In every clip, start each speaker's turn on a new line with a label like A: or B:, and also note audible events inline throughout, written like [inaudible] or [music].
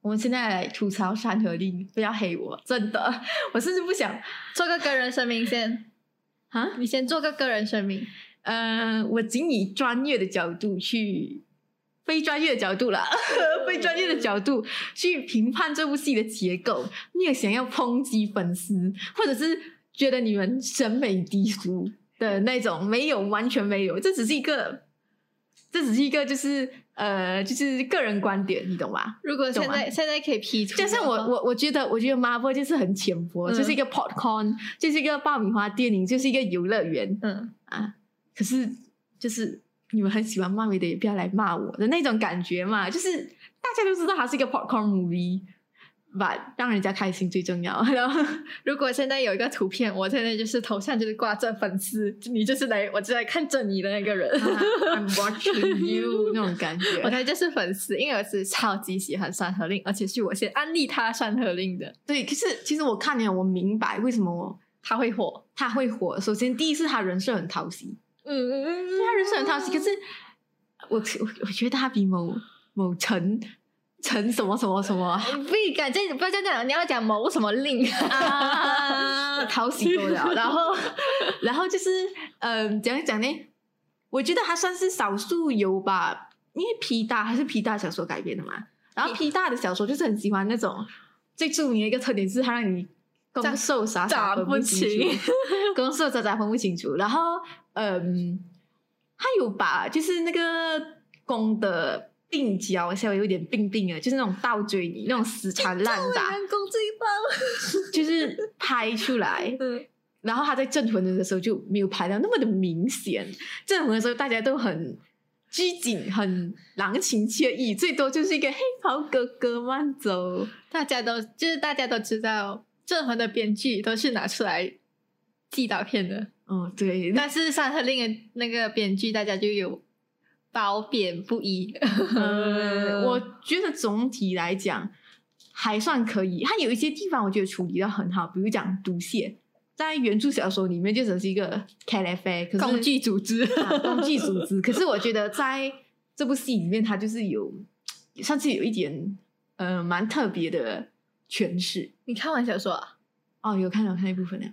A: 我们现在来吐槽山河令，不要黑我，真的，我甚至不想
B: 做个个人声明先，
A: 啊。
B: 你先做个个人声明。
A: 呃，我仅以专业的角度去，非专业的角度啦， [laughs] 非专业的角度去评判这部戏的结构，没有想要抨击粉丝，或者是觉得你们审美低俗的那种，没有，完全没有，这只是一个，这只是一个，就是呃，就是个人观点，你懂吧？
B: 如果
A: 懂
B: 现在现在可以 P 图
A: 就
B: 的话，
A: 是我我我觉得我觉得 Marvel 就是很浅薄，
B: 嗯
A: 就是一个 popcorn，就是一个爆米花电影，就是一个游乐园
B: 嗯，
A: 啊。可是就是你们很喜欢漫威的，也不要来骂我的那种感觉嘛。就是大家都知道它是一个 popcorn movie，把让人家开心最重要。然后
B: 如果现在有一个图片，我现在就是头像就是挂着粉丝，就你就是来我就来看着你的那个人。
A: [laughs] I'm watching [laughs] you 那种感觉
B: [laughs] 我。才就是粉丝，因为我是超级喜欢山河令，而且是我先安利他山河令的，
A: 对，可是其实我看了，我明白为什么我
B: 他会火。
A: 他会火。首先，第一是他人设很讨喜，
B: 嗯嗯嗯，
A: 对他人设很讨喜，可是我我我觉得他比某某陈陈什么什么什么
B: 哎不敢这不要这样讲，你要讲某什么令 [laughs]
A: 啊讨喜多了。然后 [laughs] 然后就是嗯，讲一讲呢，我觉得他算是少数有吧，因为皮大还是皮大小说改编的嘛。然后皮大的小说就是很喜欢那种最著名的一个特点是，他让你攻受傻傻
B: 咋
A: 分
B: 不
A: 清楚
B: 清。
A: [laughs] 公社渣渣分不清楚。然后，嗯，他有把就是那个公的鬓角稍微有一点病病的，就是那种倒追你那种死缠烂打，
B: 公最棒。
A: 就是拍出来。
B: 嗯，
A: 然后他在镇魂的时候就没有拍到那么的明显，镇魂的时候大家都很。拘谨，很郎情妾意，最多就是一个黑袍哥哥慢走，
B: 大家都就是大家都知道，镇魂的编剧都是拿出来寄导片的，
A: 嗯，对，
B: 但是山河令的那个编剧大家就有褒贬不一。
A: [laughs]
B: [laughs] 嗯
A: 呃，我觉得总体来讲还算可以。它有一些地方我觉得处理的很好，比如讲毒蟹，在原著小说里面就只是一个 c a l f 可是
B: 工具组织，
A: 啊工具组
B: [laughs]
A: 织。可是我觉得在这部戏里面，它就是有也算是有一点呃蛮特别的诠释。
B: 你看完小说、啊，
A: 哦，有看到看一部分了。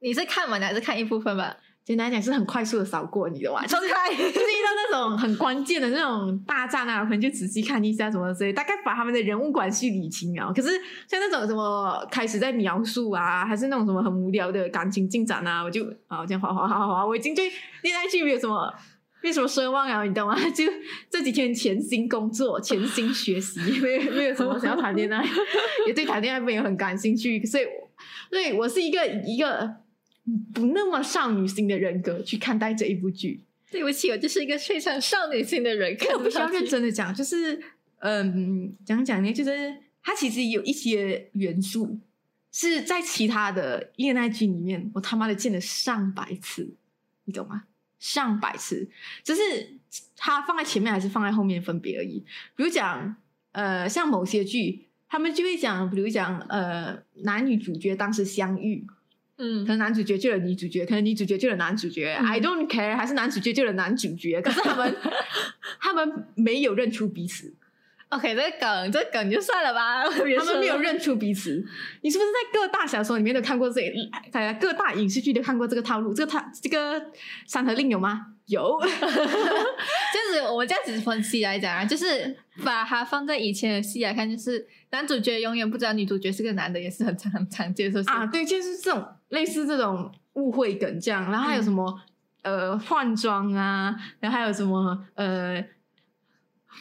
B: 你是看完的还是看一部分吧？
A: 简单来讲是很快速的扫过你的哇，就是
B: 开。
A: 就是遇到那种很关键的那种大战啊，可能就仔细看一下什么之类，大概把他们的人物关系理清啊。可是像那种什么开始在描述啊，还是那种什么很无聊的感情进展啊，我就啊这样划划划划划，我已经对恋爱剧没有什么没有什么奢望啊，你懂吗？ [laughs] 就这几天潜心工作，潜心学习，没有没有什么想要谈恋爱， [laughs] 也对谈恋爱没有很感兴趣，所以我所以我是一个一个不那么少女心的人格去看待这一部剧。
B: 对不起，我就是一个非常少女心的人，看
A: [laughs] 我必须要认
B: 真。
A: 真的讲，就是嗯，讲讲呢，就是它其实有一些元素是在其他的恋爱剧里面，我他妈的见了上百次，你懂吗？上百次，只是它放在前面还是放在后面分别而已。比如讲，呃，像某些剧，他们就会讲，比如讲，呃，男女主角当时相遇，可
B: 嗯，
A: 能男主角救了女主角，可能女主角救了男主角、
B: 嗯
A: i don't care，还是男主角救了男主 [laughs] 角，可是他们他们没有认出彼此，
B: OK，这个梗，这个梗就算了吧。 [laughs]
A: 他
B: 他
A: 们没有认出彼此。啊你是不是在各大小说里面都看过这？大家各大影视剧都看过这个套路？这个套这个《山河令》有吗？ [laughs] 有，
B: 就是我们这样子分析来讲啊，就是把它放在以前的戏来看，就是男主角永远不知道女主角是个男的，也是很常很常见，是不是？
A: 啊，对，就是这种类似这种误会梗这样，然后还有什么、呃换装啊，然后还有什么呃，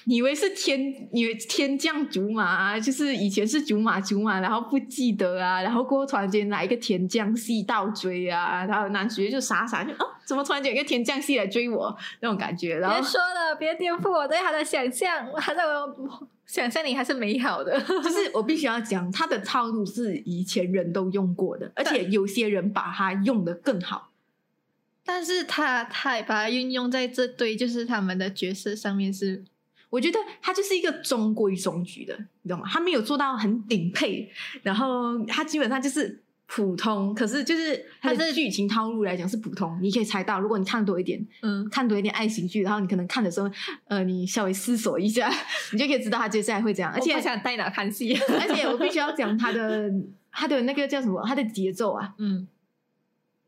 A: 你以为是天，以为天降竹马、啊，就是以前是竹马竹马，然后不记得啊，然后过后突然间来一个天降系倒追啊，然后男主角就傻傻就哦，怎么突然间有一个天降系来追我那种感觉，然后
B: 别说了，别颠覆我对他的想象，他在我想象里还是美好的。
A: [laughs]
B: [laughs]
A: 就是我必须要讲，他的套路是以前人都用过的，而且
B: 对
A: 有些人把它用的更好。
B: 但是他他也把它运用在这堆就是他们的角色上面是，
A: 我觉得它就是一个中规中矩的，你懂吗？它没有做到很顶配，然后它基本上就是普通，可是就是它
B: 它
A: 的
B: 是
A: 剧情套路来讲是普通，你可以猜到。如果你看多一点，
B: 嗯，
A: 看多一点爱情剧，然后你可能看的时候，呃，你稍微思索一下，你就可以知道他接下来会怎样。而
B: 而
A: 且
B: 且我不想带脑看戏， [laughs]
A: 而且我必须要讲他的他的那个叫什么，他的节奏啊，
B: 嗯，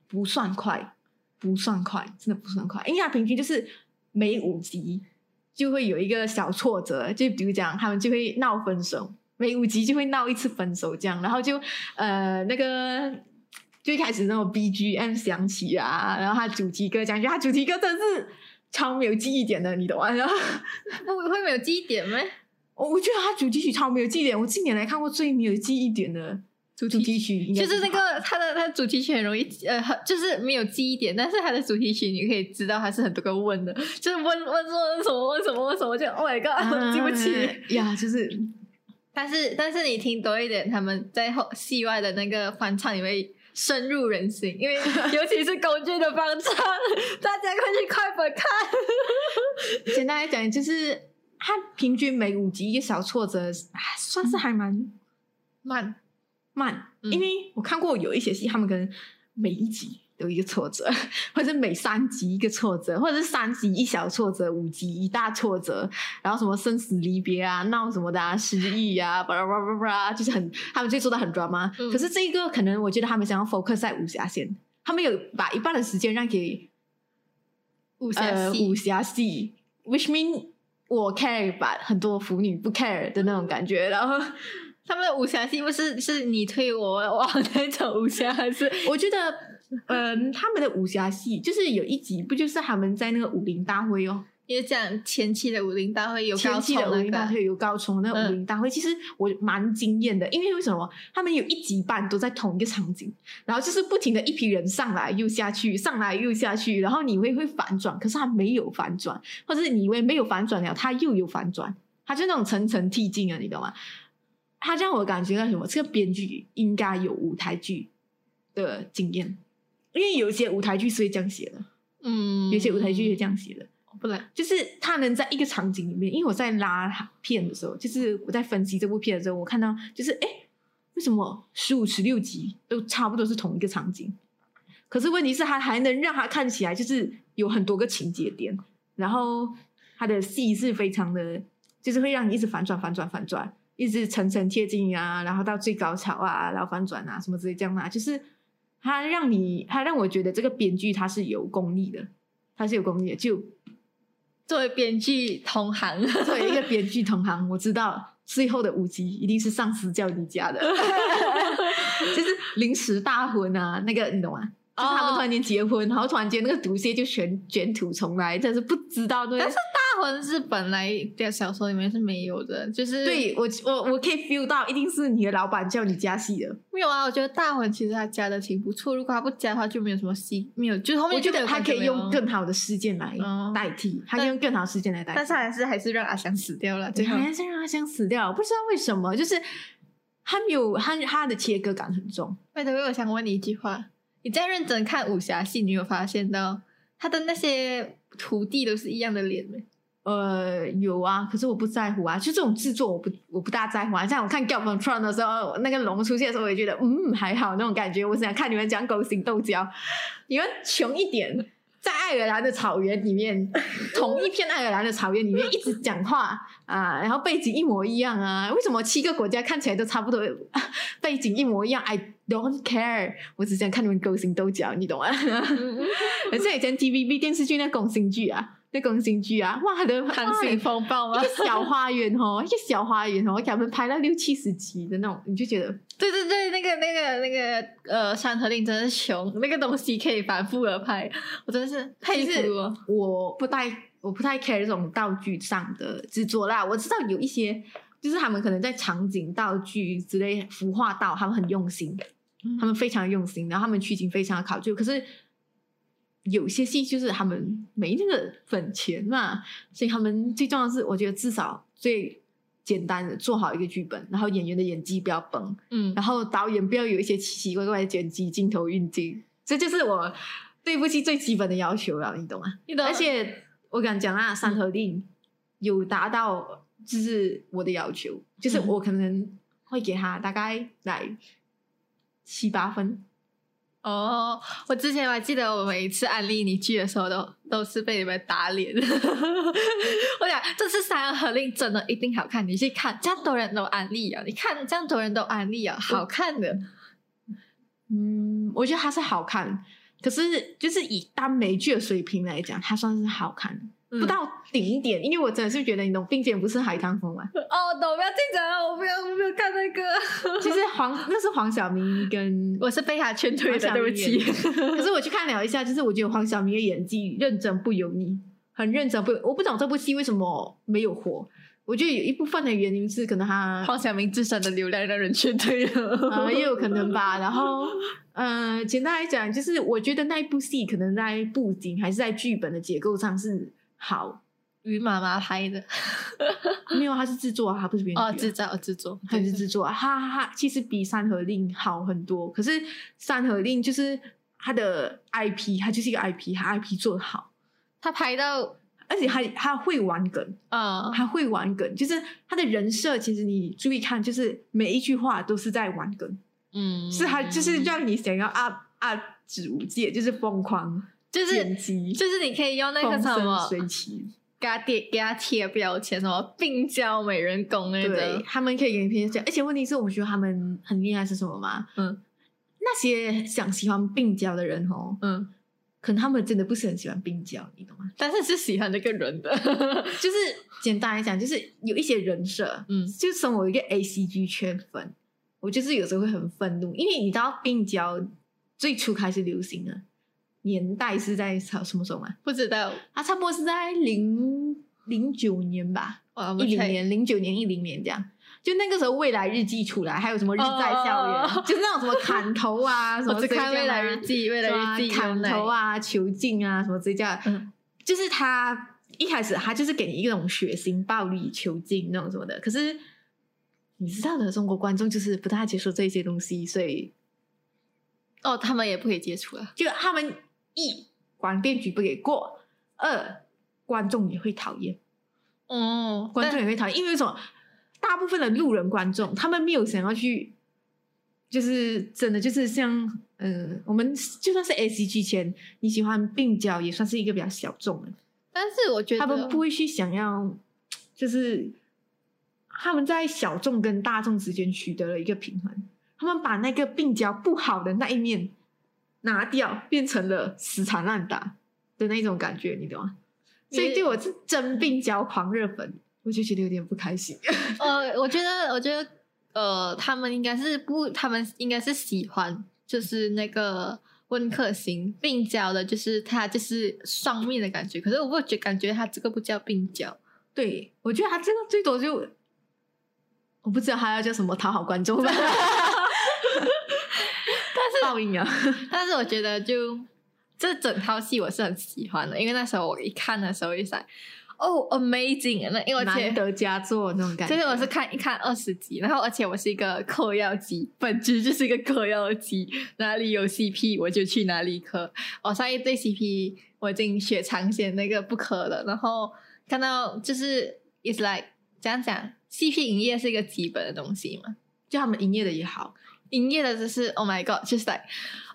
A: 不算快，不算快，真的不算快，因为它平均就是每五集就会有一个小挫折，就比如讲他们就会闹分手，每五集就会闹一次分手这样，然后就呃那个。最开始那种 BGM 响起啊，然后他主题歌讲一句，他主题歌真的是超没有记忆点的，你懂吗？然后 [laughs]
B: 不会没有记忆点吗？
A: 我我觉得他主题曲超没有记忆点，我近年来看过最没有记忆点的主
B: 题曲
A: 题曲，应该
B: 就是那
A: 它
B: 个它的它的主题曲很容易呃，很就是没有记忆点，但是它的主题曲你可以知道它是很多个问的，就是问问问什么问什么问什么，就 Oh my God，、 [laughs]
A: 啊
B: 记不起。
A: 呀，就是
B: 但是但是你听多一点，他们在后戏外的那个翻唱，你会深入人
A: [laughs]
B: 心，因为尤其是龚俊的翻唱，大家快去快本看。
A: 简单来讲，就是他平均每五集一个小挫折，啊算是还蛮
B: 慢，
A: 慢。
B: 嗯
A: 因为我看过有一些戏，他们可能每一集都有一个挫折， [laughs] 或者每三集一个挫折，或者是三集一小挫折，五集一大挫折，然后什么生死离别啊、闹什么的啊、失忆啊， [laughs] 巴拉巴拉巴拉巴拉，就是很他们就做的很 drama、
B: 嗯
A: 可是这一个可能我觉得他们想要 focus 在武侠线，他们有把一半的时间让给
B: 武侠
A: 呃
B: 戏
A: 武，侠戏，which mean 我 care 吧，很多腐女不 care 的那种感觉。然后
B: [laughs] 他们的武侠戏不是是你推我往那种武侠，还是
A: 我觉得，嗯，他们的武侠戏就是有一集不就是他们在那个武林大会哦，
B: 也讲前期的武林大会有
A: 前
B: 高
A: 期
B: 潮
A: 的武
B: 那
A: 林大
B: 个？
A: 会有高冲，那个武
B: 嗯
A: 林大会、其实我蛮惊艳的，因为为什么他们有一集半都在同一个场景，然后就是不停的一批人上来又下去，上来又下去，然后你会会反转，可是他没有反转，或者是你以为没有反转了，他又有反转，他就那种层层递进啊，你懂吗？他让我感觉到什么？这个编剧应该有舞台剧的经验，因为有一些舞台剧是会这样写的，
B: 嗯，
A: 有一些舞台剧是这样写的。
B: 不能
A: 就是他能在一个场景里面，因为我在拉片的时候，就是我在分析这部片的时候，我看到就是哎，诶为什么十五、十六集都差不多是同一个场景？可是问题是，他还能让他看起来就是有很多个情节点，然后他的戏是非常的，就是会让你一直反转、反转、反转，一直层层贴近啊，然后到最高潮啊，然后反转啊，什么之类这样啊，就是他让你，他让我觉得这个编剧他是有功力的，他是有功力的，就
B: 作为编剧同行，
A: 作为一个编剧同行，我知道最后的五集一定是上司叫你加的， [laughs] 就是临时大婚啊，那个你懂吗？就是他们
B: 哦
A: 突然间结婚，然后突然间那个毒蝎就卷卷土重来，但是不知道对
B: 但是 [laughs] 大魂是本来的小说里面是没有的，就是
A: 对我我我可以 feel 到，一定是你的老板叫你加戏的。
B: 没有啊。我觉得大魂其实他加的挺不错，如果他不加的话就没有什么戏，没有，就是后
A: 我
B: 面
A: 觉
B: 就没
A: 得
B: 有
A: 他
B: 感
A: 可
B: 觉
A: 以用
B: 了
A: 更好的事件来
B: 哦
A: 代替，他可以用更好的事件来代替
B: 但。是还是还是让阿翔死掉了，最
A: 对，
B: 后
A: 好像是让他想死掉，不知道为什么，就是他没有他他的切割感很重。
B: 拜托，我想问你一句话：你在认真看武侠戏，你有发现到他的那些徒弟都是一样的脸没？
A: 呃，有啊，可是我不在乎啊，就这种制作我不我不大在乎啊。像我看《Gap on Tron》的时候，那个龙出现的时候，我也觉得嗯还好那种感觉。我想看你们讲勾心斗角，你们穷一点，在爱尔兰的草原里面，同一片爱尔兰的草原里面一直讲话啊，然后背景一模一样啊，为什么七个国家看起来都差不多，背景一模一样？I don't care，我只想看你们勾心斗角，你懂吗？
B: 嗯
A: 而且以前 TVB 电视剧那宫心剧啊，那宫心剧啊，哇的
B: 溏心风暴啊
A: 哇
B: 吗
A: 一？个小花园哦，一个小花园哦，给他们拍到六七十集的那种，你就觉得
B: 对对对，那个那个那个呃，山河令真是穷，那个东西可以反复的拍，我真的是佩
A: 其实
B: 服哦。
A: 我不太我不太 care 这种道具上的制作啦。我知道有一些就是他们可能在场景、道具之类服化道，他们很用心，他们非常用心，然后他们取景非常考究。可是有些戏就是他们没那个本钱嘛，所以他们最重要的是，我觉得至少最简单的做好一个剧本，然后演员的演技不要崩，
B: 嗯，
A: 然后导演不要有一些奇奇怪怪的剪辑、镜头运镜，这就是我对不起最基本的要求了，你懂吗？
B: 你懂
A: 而且我敢讲啊，《三合令》有达到就是我的要求，就是
B: 嗯
A: 我可能会给他大概来七八分。
B: 哦，我之前我还记得我每一次安利你剧的时候都都是被你们打脸。 [laughs] 我想这次三人合令真的一定好看，你去看，这样多人都安利啊！你看这样多人都安利啊，好看的。
A: 嗯，我觉得它是好看，可是就是以耽美剧的水平来讲，它算是好看的。不
B: 嗯
A: 到顶点，因为我真的是觉得你懂，并且不是海棠风嘛，
B: 哦，懂，不要进展了，我不要，我没有看那个。
A: 其实黄 [laughs] 那是黄晓明跟
B: [laughs] 我是被他劝退的，
A: 黄晓
B: 对不
A: 明
B: 起。 [laughs]
A: 演可是我去看了一下，就是我觉得黄晓明的演技认真不油腻，很认真不油。我不懂这部戏为什么没有火，我觉得有一部分的原因是可能他
B: [laughs] 黄晓明自身的流量让人劝 [laughs] 退了。
A: 呃也有可能
B: [laughs]
A: 吧。然后呃，简单来讲，就是我觉得那一部戏可能在布景还是在剧本的结构上是好，
B: 于妈妈拍的
A: 没有他是制作啊，他不是编剧啊、
B: 哦，制造制作，
A: 还是制作啊，哈哈哈，其实比《三合令》好很多。可是《三合令》就是它的 IP，它就是一个 IP，它 IP 做的好，
B: 他拍到
A: 而且它它会玩梗，
B: 呃，
A: 它会玩梗，就是它的人设，其实你注意看，就是每一句话都是在玩梗，
B: 嗯，
A: 是它就是让你想要啊啊指无界，就是疯狂
B: 就是
A: 剪辑，
B: 就是你可以用那个
A: 风
B: 什么
A: 生水
B: [laughs]
A: 起。
B: 给他贴给他贴标签，什么病娇美人公那
A: 对
B: 种，
A: 他们可以给你偏向，而且问题是，我觉得他们很厉害是什么吗？
B: 嗯
A: 那些想喜欢病娇的人哦，
B: 嗯，
A: 可能他们真的不是很喜欢病娇，你懂吗？
B: 但是是喜欢这个人的，
A: 就是简单来讲，就是有一些人设，
B: 嗯
A: 就身为一个 A C G 圈粉，我就是有时候会很愤怒，因为你知道病娇最初开始流行的年代是在什么时候吗？
B: [laughs] 不知道
A: 它差不多是在零零九年吧，
B: 哇，
A: 一零年、零九年、一零年这样。就那个时候，未来日记出来，还有什么日在校园
B: 哦哦哦哦
A: 就是那种什么砍头啊，
B: [laughs]
A: 什
B: 我
A: 么
B: 只看
A: 这样
B: 未来
A: 啊
B: 日记，未来日记
A: 什么砍头
B: 啊，
A: 啊、囚禁啊什么之类的，
B: 嗯
A: 就是他一开始他就是给你一种血腥、暴力、囚禁那种什么的，可是你知道的，中国观众就是不大接受这些东西，所以
B: 哦，他们也不可以接触啊了，
A: 就他们一广电局不给过，二观众也会讨厌，
B: 哦，
A: 观众也会讨厌，因为什么？大部分的路人观众他们没有想要去。就是真的，就是像，嗯、我们就算是 A C G 前，你喜欢病娇也算是一个比较小众的，
B: 但是我觉得
A: 他们不会去想要，就是他们在小众跟大众之间取得了一个平衡，他们把那个病娇不好的那一面拿掉，变成了死缠烂打的那种感觉，你懂吗？所以
B: 也
A: 对我是真病娇狂热粉，我就觉得有点不开心。
B: 呃，我觉得，我觉得，呃，他们应该是不，他们应该是喜欢，就是那个温客行病娇的，就是他就是双面的感觉。可是我不觉感觉他这个不叫病娇，
A: [laughs] 对，我觉得他这个最多就我不知道他要叫什么讨好观众吧， [laughs] 但是报应啊。
B: 但是我觉得就这整套戏我是很喜欢的，因为那时候我一看的时候一想，哦，amazing！那因为而
A: 难
B: 且。
A: 得佳作那种感觉，
B: 就是我是看一看二十集，然后而且我是一个嗑药机，本质就是一个嗑药机，哪里有 CP 我就去哪里嗑。我上一对 CP 我已经血尝鲜那个不嗑了，然后看到就是 it's like 怎样讲，CP 营业是一个基本的东西嘛，
A: 就他们营业的也好，
B: 营业的就是 Oh my God，就是 like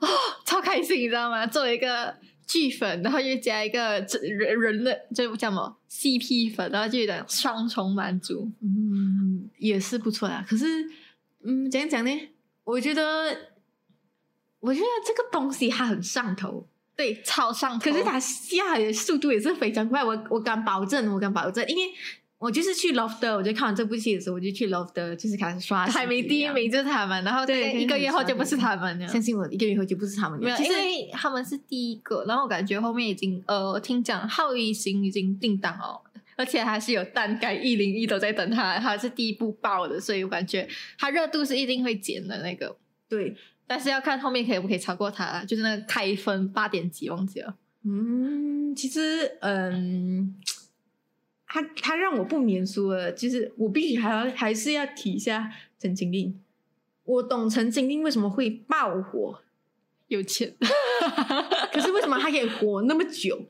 B: 哦，超开心，你知道吗？作为一个剧粉，然后又加一个这人人的就叫什么 CP 粉，然后就有点双重满足。
A: 嗯，也是不错啦。可是，嗯，怎样讲呢？我觉得，我觉得这个东西它很上头，
B: 对，超上头。
A: 可是它下来的速度也是非常快。我我敢保证，我敢保证，因为我就是去 Loft，我就看完这部戏的时候，我就去 Loft，就是开始刷。
B: 排名第一，名就是他们，然后
A: 对
B: 对一个月后就不是他们了。
A: 相信我，一个月后就不是他们
B: 没有，
A: 了。其
B: 因
A: 实
B: 为他们是第一个，然后我感觉后面已经呃，听讲浩一星已经定档哦，而且还是有蛋该一零一都在等他，他是第一部爆的，所以我感觉他热度是一定会减的那个，
A: 对，
B: 但是要看后面可以不可以超过他啦，就是那个开分八点几忘记了，
A: 嗯，其实，嗯。他他让我不免说了，就是我必须还要还是要提一下陈情令。我懂陈情令为什么会爆火，
B: 有钱，
A: [laughs] 可是为什么他可以火那么久，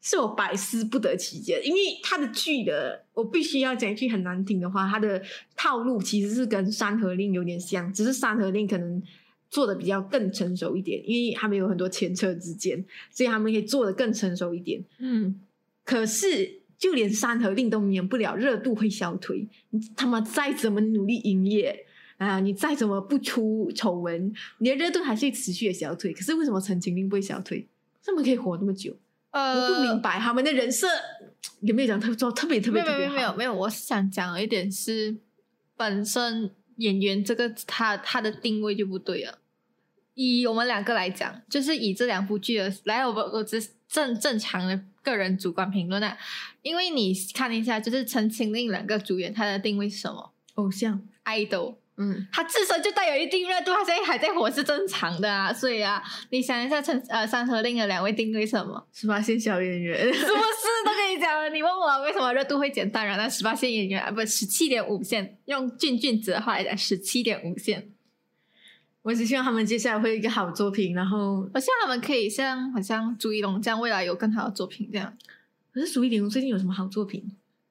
A: 是我百思不得其解。因为他的剧的，我必须要讲一句很难听的话，他的套路其实是跟《山河令》有点像，只是《山河令》可能做的比较更成熟一点，因为他们有很多前车之鉴，所以他们可以做的更成熟一点。
B: 嗯，
A: 可是就连山河令都免不了热度会消退，你他妈再怎么努力营业。啊！你再怎么不出丑闻，你的热度还是会持续的消退。可是为什么陈情令不会消退？他们可以活那么久？我不明
B: 呃，
A: 白他们的人设也没有讲特做特别特
B: 没
A: 别
B: 有
A: 特别
B: 没有没有
A: 好。
B: 没有，我是想讲的一点是，本身演员这个他他的定位就不对了。以我们两个来讲，就是以这两部剧的来，我们我只是正正常的个人主观评论啊，因为你看一下，就是陈情令两个主演他的定位是什么
A: 偶像，
B: ？idol。
A: 嗯，
B: 他自身就带有一定热度，他现在还在火是正常的啊。所以啊，你想一下陈呃《山河令》的两位定位什么？ [laughs]
A: 十八线小演员， [laughs]
B: 是不是都跟你讲了？你问我为什么热度会减淡，然后十八线演员啊，不十七点五线，用俊俊子的话来讲，十七点五线。
A: 我只希望他们接下来会有一个好作品。然后，
B: 我希望他们可以像好像朱一龙这样，未来有更好的作品这样。
A: 可是苏一玲最近有什么好作品？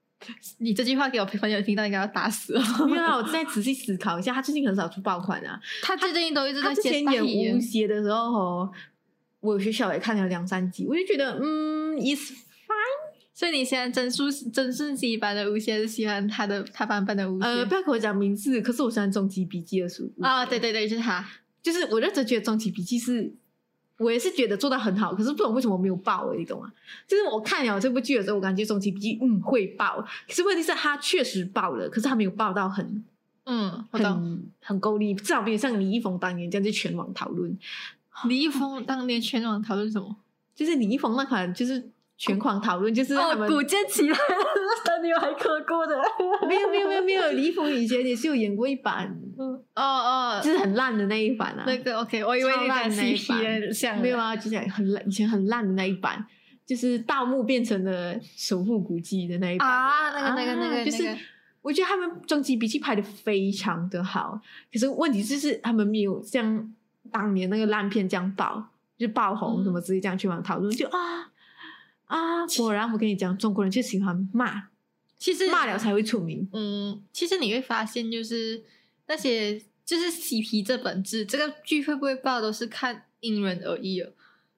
A: [laughs]
B: 你这句话给我朋友听到，应该要打死了。
A: 没有啊，我再仔细思考一下，他最近很少出爆款啊。
B: [laughs] 他最近都一直
A: 他
B: 在
A: 之前
B: 接大
A: 演
B: 演
A: 《无邪》的时候，哦，我学校也看了两三集，我就觉得，嗯，is
B: 所以你现在真素真顺熙版的无限是喜欢他的他版本的无限
A: 呃，不要跟我讲名字，可是我喜欢《终极笔记》的书
B: 啊、对，对对，就是他。
A: 就是我认真觉得《终极笔记》是，我也是觉得做到很好，可是不懂为什么没有爆、欸，你懂吗？就是我看了这部剧的时候，我感觉《终极笔记》嗯会爆，可是问题是它确实爆了，可是它没有爆到很
B: 嗯，我懂。
A: 很很够力，至少没有像李易峰当年这样就全网讨论，
B: 李易峰当年全网讨论什么？
A: 就是李易峰那款就是。全网讨论就是他们、
B: 剑
A: [laughs]
B: 奇谭，当年还磕过的。
A: 没有没有没有没有，李易峰以前也是有演过一版，
B: 哦哦，
A: 就是很烂的那一版啊。
B: 那个 OK，我以为你讲 CP 的像
A: 没有，啊，就是很烂，以前很烂的那一版，就是盗墓变成了守护古迹的那一版
B: 啊那个那个那个
A: 就是
B: 那个
A: 我觉得他们《终极笔记》拍的非常的好，可是问题就是他们没有像当年那个烂片这样爆，就爆红
B: 嗯
A: 什么之类这样去网讨论，就啊啊，果然我跟你讲，中国人就喜欢骂，
B: 其实
A: 骂了才会出名。
B: 嗯，其实你会发现，就是那些就是 CP 这本质，这个剧会不会爆都是看因人而异了。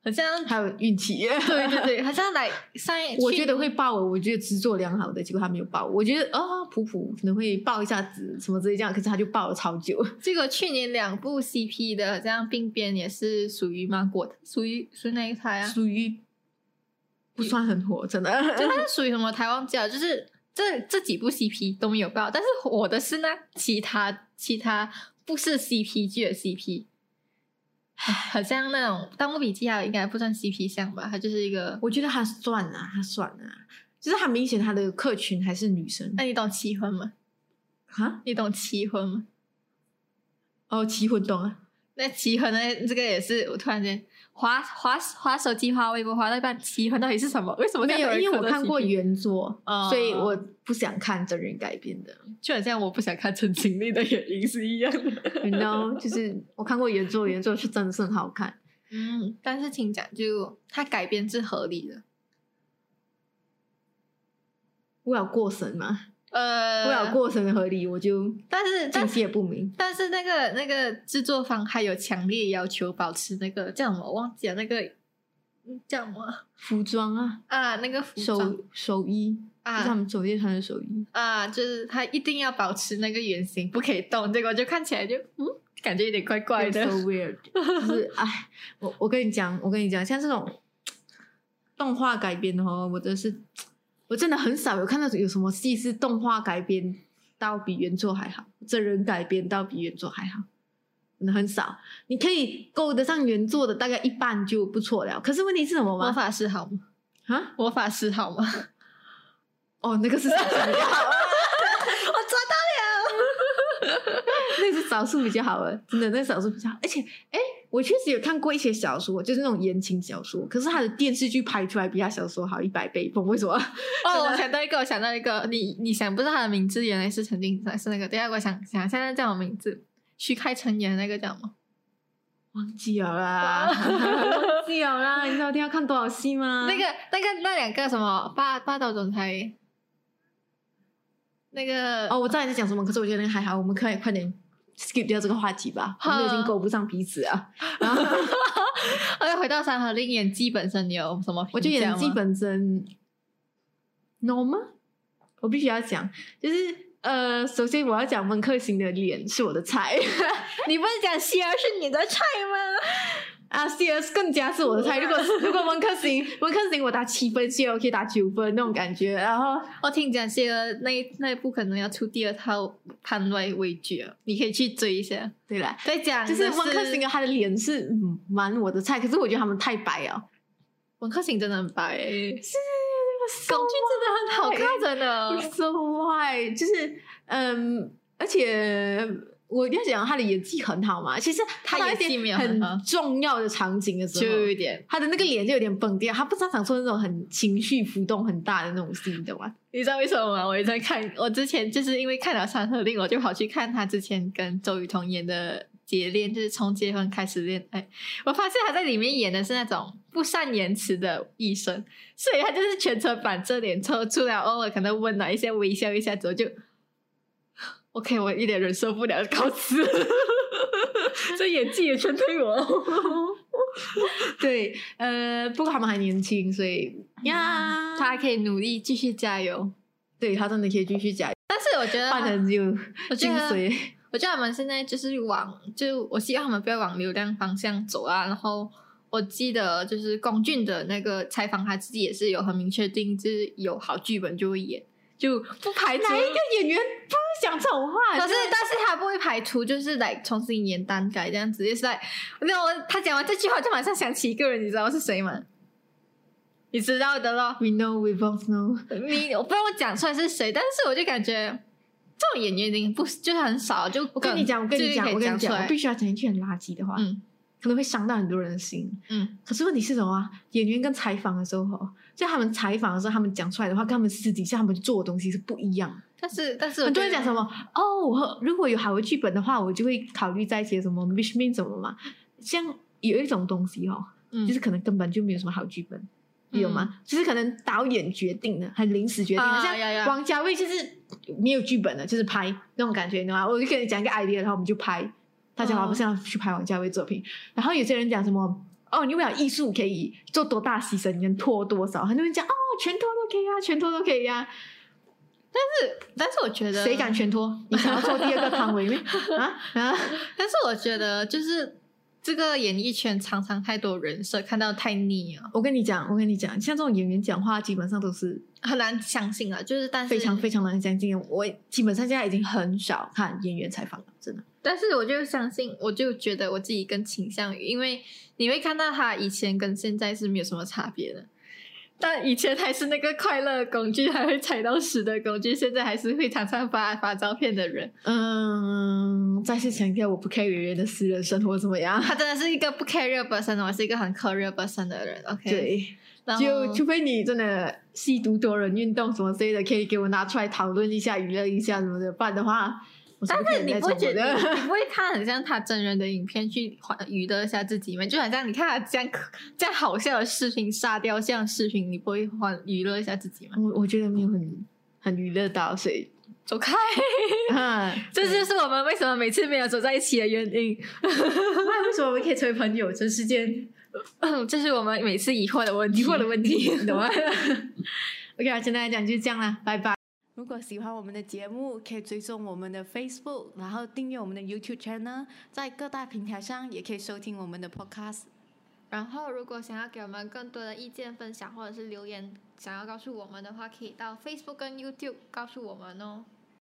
B: 好
A: [laughs]
B: 像
A: 还有运气，
B: 对对对，好像来上一，
A: 我觉
B: 哎去
A: 得会爆我，我觉得制作良好的，结果他没有爆。我觉得啊、普普可能会爆一下子什么之类这样，可是他就爆了超久。
B: 这个去年两部 CP 的这样并编也是属于芒果，属于属于哪一台
A: [laughs]
B: 啊？
A: 属于不算很火，真的。
B: [laughs] 就它是属于什么台湾叫，就是这这几部 CP 都没有爆，但是火的是呢其他其他不是 CP 剧的 CP，唉好像那种《盗墓笔记》啊，应该不算 CP 项吧，它就是一个。
A: 我觉得他算啊，他算啊，就是很明显他的客群还是女生
B: 那你懂七婚吗？
A: 啊。
B: 你懂七婚吗？
A: 哦，棋魂懂啊，
B: 那七婚呢？这个也是我突然间滑滑滑手机、滑微博滑到一半，七婚到底是什么？为什么这
A: 没
B: 样
A: 有，
B: 人
A: 因为
B: 磕
A: 我
B: 到
A: 看过
B: CP
A: 原作，
B: 哦
A: 所以我不想看真人改编的。
B: 就好像我不想看陈情令的原因是一样的。
A: 你 know，就是
B: [laughs]
A: 我看过原作，原作是真的是很好看。
B: 嗯，但是请讲，就它改编是合理的。
A: 我有过审嘛？
B: 呃，
A: 我有，过审的合理，我就
B: 但是
A: 境
B: 但是
A: 界不明。
B: 但是那个那个制作方还有强烈要求保持那个叫什么？我忘记了那个嗯叫什么
A: 服装啊，
B: 啊？那个服装
A: 手手艺，就是他
B: 啊
A: 们首页穿的手艺。
B: 啊，就是他一定要保持那个原型，不可以动。结果就看起来就嗯，感觉有点怪怪
A: You're
B: 的。
A: so weird，就是哎，我我跟你讲，我跟你讲，像这种动画改编的哦，我真是我真的很少有看到有什么戏是动画改编到比原作还好，真人改编到比原作还好。真的很少，你可以够得上原作的大概一半就不错了。可是问题是什么
B: [laughs] 魔
A: 吗？
B: 法师好吗？
A: 啊，
B: 魔法师
A: [laughs]
B: 好吗？
A: 哦，那个是少数
B: [laughs]
A: 比较好，
B: 我抓
A: [laughs] 那个是少数比较好的，真的，那个少数比较好。而且，哎，我确实有看过一些小说，就是那种言情小说，可是它的电视剧拍出来比他小说好一百倍，不懂为什么？ [laughs]
B: 到
A: 真的
B: 哦，我想到一个，我想到一个，你你想不是他的名字，原来是陈定山，是那个。等一下我想想，现在叫什么名字？徐开成演的那个叫什么？
A: 忘记了啦， [laughs] 忘记了啦， [laughs] 你知道一定要看多少戏吗？
B: 那个、那个、那两个什么霸霸道总裁，那个
A: 哦哦，我知道你在讲什么，可是我觉得那个还好，我们可以快点 skip 掉这个话题吧，我们已经勾不上彼此啊。然后
B: 好哦像回到《山河令》演技本身，你有什么评价吗？
A: 我觉得演技本身 no 吗？我必须要讲，就是呃，首先我要讲温客行的脸是我的菜 [laughs]
B: 你不是讲希儿是你的菜吗？
A: 啊，CS 更加是我的
B: [laughs]
A: 菜。如果如果温客行，温客行我打七分，希尔可以打九分那种感觉。然后
B: 我听讲希儿那一那一部可能要出第二套《潘外未绝》，你可以去追一下。
A: 对啦，
B: 再讲
A: 就是温客行，啊他的脸是嗯蛮我的菜，可是我觉得他们太白了。
B: 文克行真的很白、欸，
A: 是，
B: 龚俊真的很好看，真
A: 我 [laughs]
B: 的。哦
A: so why？就是嗯，而且我要讲他的演技很好嘛。其实他
B: 他
A: 到一
B: 演技没
A: 些
B: 有很
A: 很
B: 好
A: 重要的场景的时
B: 就有
A: 候，
B: 一点，
A: 他的那个脸就有点崩掉，他不擅长做那种很情绪浮动很大的那种戏，你懂吗？ [laughs]
B: 你知道为什么吗？我也在看，我之前就是因为看了《山河令》，我就跑去看他之前跟周雨彤演的《结恋》，就是从结婚开始恋爱。我发现他在里面演的是那种不善言辞的医生，所以他就是全程板着脸抽出来，偶尔可能温暖一下、微笑一下之后就，OK，我一点忍受不了告辞。 [laughs] 这演技也全推我。
A: 对，呃，不过他们还年轻，所以呀，
B: [laughs] 他还可以努力继续加油。
A: 对他真的可以继续加油，
B: 但是我觉得
A: 换
B: 他，
A: 成就
B: 我觉
A: 精
B: 得，
A: 髓。
B: 我觉得他们现在就是往，就我希望他们不要往流量方向走啊。然后我记得就是龚俊的那个采访，他自己也是有很明确定，就是有好剧本就会演，就不排除。
A: 哪一个演员不讲这种话？
B: 可是，但是他不会排除，就是来重新演单改这样子，就是来，那我他讲完这句话，就马上想起一个人，你知道是谁吗？你知道的咯。
A: we know we both know。
B: 你我不知道我讲出来是谁，但是我就感觉这种演员已经不就是很少，就
A: 我跟你讲，我跟你讲，我跟你讲，我必
B: 须
A: 须要讲一句很垃圾的话，
B: 嗯
A: 可能会伤到很多人的心。
B: 嗯，
A: 可是问题是什么啊？演员跟采访的时候哦，就他们采访的时候，他们讲出来的话，跟他们私底下他们做的东西是不一样。
B: 但是但是
A: 很多人讲什么哦，我如果有好的剧本的话，我就会考虑在一起什么 wish me 什么嘛。像有一种东西哦，
B: 么
A: 就是可能根本就没有什么好剧本，你有吗？就是可能导演决定的，很临时决定的，
B: 嗯啊呀呀
A: 像王家卫就是没有剧本的，就是拍那种感觉，你知道吗？我就跟你讲一个 idea，然后我们就拍。他讲
B: 哦
A: 我不是要去拍王家卫作品，然后有些人讲什么哦，你为了艺术可以做多大牺牲，你能拖多少？很多人讲哦，全拖都可以啊，全拖都可以啊，
B: 但是我觉得
A: 谁敢？全拖？你想要做第二个汤唯吗？ [laughs] 啊啊！
B: 但是我觉得就是这个演艺圈常常太多人设，看到太腻啊了，
A: 我跟你讲，我跟你讲，像这种演员讲话基本上都是
B: 很难相信啊。就是但是
A: 非常非常难相信的。我基本上现在已经很少看演员采访了，真的。
B: 但是我就相信，我就觉得我自己更倾向于，因为你会看到他以前跟现在是没有什么差别的。但以前还是那个快乐工具，还会踩到屎的工具，现在还是会常常发发照片的人。
A: 嗯，再次强调，我不 care 演员的私人生活怎么样。
B: 他真的是一个不 care person，的我是一个很 care person 的人。OK，，
A: 对，
B: 然后
A: 就除非你真的吸毒、多人运动什么之类的，可以给我拿出来讨论一下、娱乐一下什么的。不然的话，我
B: 但是你不会
A: 会
B: 觉得
A: 得
B: [laughs] 你不会看很像他真人的影片去缓娱乐一下自己吗？就好像你看他这样这样好笑的视频、沙雕像视频，你不会缓娱乐一下自己吗？
A: 我我觉得没有很很娱乐到，所
B: [laughs]
A: 以
B: 走开，
A: 啊，
B: 这
A: 对
B: [laughs] 就是我们为什么每次没有走在一起的原因。
A: 那为什么我们可以成为朋友？这是件
B: 嗯这是我们每次疑惑的问题，？
A: 疑惑的问题，你懂吗 [laughs] ？OK 啊，简单来讲就是这样啦，拜拜。如果喜欢我们的节目，可以追踪我们的 Facebook，然后订阅我们的 YouTube channel，在各大平台上也可以收听我们的 Podcast。
B: [laughs] 然后，如果想要给我们更多的意见分享，或者是留言想要告诉我们的话，可以到 Facebook 跟 YouTube 告诉我们哦。